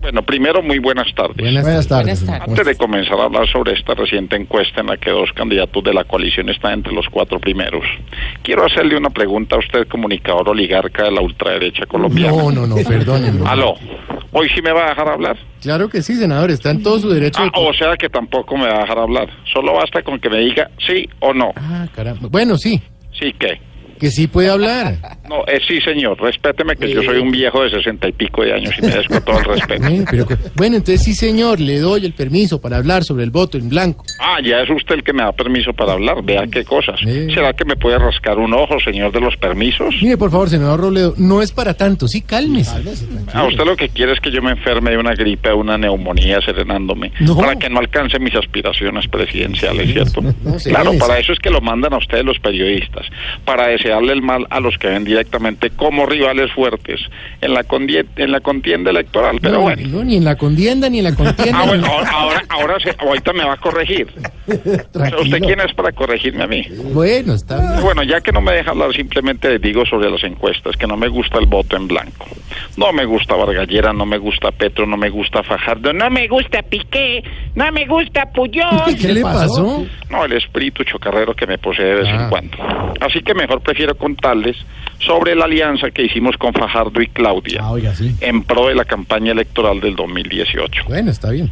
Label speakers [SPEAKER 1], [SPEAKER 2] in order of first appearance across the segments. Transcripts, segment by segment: [SPEAKER 1] Bueno, primero, muy buenas tardes.
[SPEAKER 2] Buenas, tardes.
[SPEAKER 3] Buenas tardes.
[SPEAKER 1] Antes de comenzar a hablar sobre esta reciente encuesta en la que dos candidatos de la coalición están entre los cuatro primeros, quiero hacerle una pregunta a usted, comunicador oligarca de la ultraderecha colombiana.
[SPEAKER 2] No, no, no, perdónenme.
[SPEAKER 1] Aló, ¿hoy sí me va a dejar hablar?
[SPEAKER 2] Claro que sí, senador, está en todo su derecho. de-
[SPEAKER 1] Ah, o sea que tampoco me va a dejar hablar. Solo basta con que me diga sí o no.
[SPEAKER 2] Ah, caramba. Bueno, sí,
[SPEAKER 1] Sí que.
[SPEAKER 2] que sí puede hablar.
[SPEAKER 1] No, eh, sí, señor, respéteme que yo soy un viejo de sesenta y pico de años y merezco todo el respeto.
[SPEAKER 2] Eh, pero que- bueno, entonces sí, señor, le doy el permiso para hablar sobre el voto en blanco.
[SPEAKER 1] Ah, ya es usted el que me da permiso para hablar. Vea qué cosas.
[SPEAKER 2] Eh.
[SPEAKER 1] ¿Será que me puede rascar un ojo, señor de los permisos?
[SPEAKER 2] Mire, por favor, senador Robledo, no es para tanto, sí, cálmese. Cálmese,
[SPEAKER 1] A usted lo que quiere es que yo me enferme de una gripe, de una neumonía, serenándome,
[SPEAKER 2] No.
[SPEAKER 1] para que no alcance mis aspiraciones presidenciales, ¿cierto?
[SPEAKER 2] no, sí,
[SPEAKER 1] claro,
[SPEAKER 2] sí.
[SPEAKER 1] para eso es que lo mandan a ustedes los periodistas, para desearle el mal a los que ven directamente como rivales fuertes en la, condie- en la contienda electoral. Pero
[SPEAKER 2] no,
[SPEAKER 1] bueno,
[SPEAKER 2] no, ni en la contienda, ni en la contienda.
[SPEAKER 1] Ah, bueno, ahora, ahora, ahora se- ahorita me va a corregir.
[SPEAKER 2] Tranquilo.
[SPEAKER 1] ¿Usted quién es para corregirme a mí?
[SPEAKER 2] Bueno, está bien.
[SPEAKER 1] Bueno, ya que no me deja hablar, simplemente les digo sobre las encuestas, que no me gusta el voto en blanco. No me gusta Vargallera, no me gusta Petro, no me gusta Fajardo, no me gusta Piqué, no me gusta Puyol.
[SPEAKER 2] ¿Qué le pasó?
[SPEAKER 1] No, el espíritu chocarrero que me posee de vez
[SPEAKER 2] Ah.
[SPEAKER 1] en cuando. Así que mejor prefiero contarles sobre la alianza que hicimos con Fajardo y Claudia
[SPEAKER 2] Ah, oiga, sí.
[SPEAKER 1] en pro de la campaña electoral del 2018.
[SPEAKER 2] Bueno, está bien.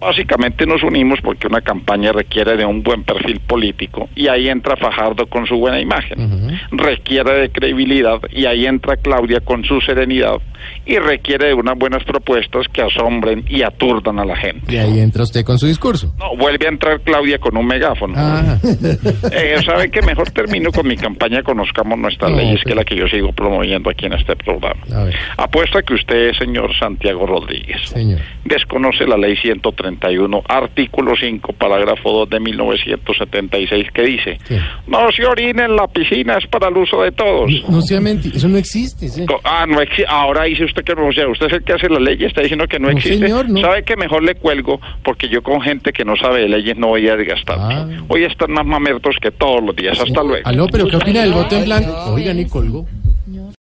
[SPEAKER 1] Básicamente nos unimos porque una campaña requiere de un buen perfil político y ahí entra Fajardo con su buena imagen. Requiere de credibilidad y ahí entra Claudia con su serenidad y requiere de unas buenas propuestas que asombren y aturdan a la gente.
[SPEAKER 2] Y ahí entra usted con su discurso.
[SPEAKER 1] No, vuelve a entrar Claudia con un megáfono.
[SPEAKER 2] Ah,
[SPEAKER 1] Eh, ¿Sabe que Mejor termino con mi campaña Conozcamos Nuestras
[SPEAKER 2] No, Ah.
[SPEAKER 1] Leyes,
[SPEAKER 2] pero-
[SPEAKER 1] que es la que yo sigo promoviendo aquí en este programa.
[SPEAKER 2] a ver,
[SPEAKER 1] Apuesta que usted, señor Santiago Rodríguez,
[SPEAKER 2] señor.
[SPEAKER 1] desconoce la ley 131, artículo 5, parágrafo 2 de 1976, que dice,
[SPEAKER 2] ¿Qué?
[SPEAKER 1] no se orine en la piscina, es para el uso de todos.
[SPEAKER 2] No sea mentira, eso no existe. sí.
[SPEAKER 1] Co- Ah, no exi- Ahora dice usted que no, o sea, usted es el que hace la ley y está diciendo que no,
[SPEAKER 2] No,
[SPEAKER 1] existe.
[SPEAKER 2] señor, no.
[SPEAKER 1] ¿Sabe que mejor le cuelgo? Porque yo con gente que no sabe de leyes no voy a desgastarme.
[SPEAKER 2] Ah.
[SPEAKER 1] Hoy están más mamertos que todos los días. Hasta luego.
[SPEAKER 2] Aló, pero ¿qué opina del voto en blanco? Oiga, ni colgó.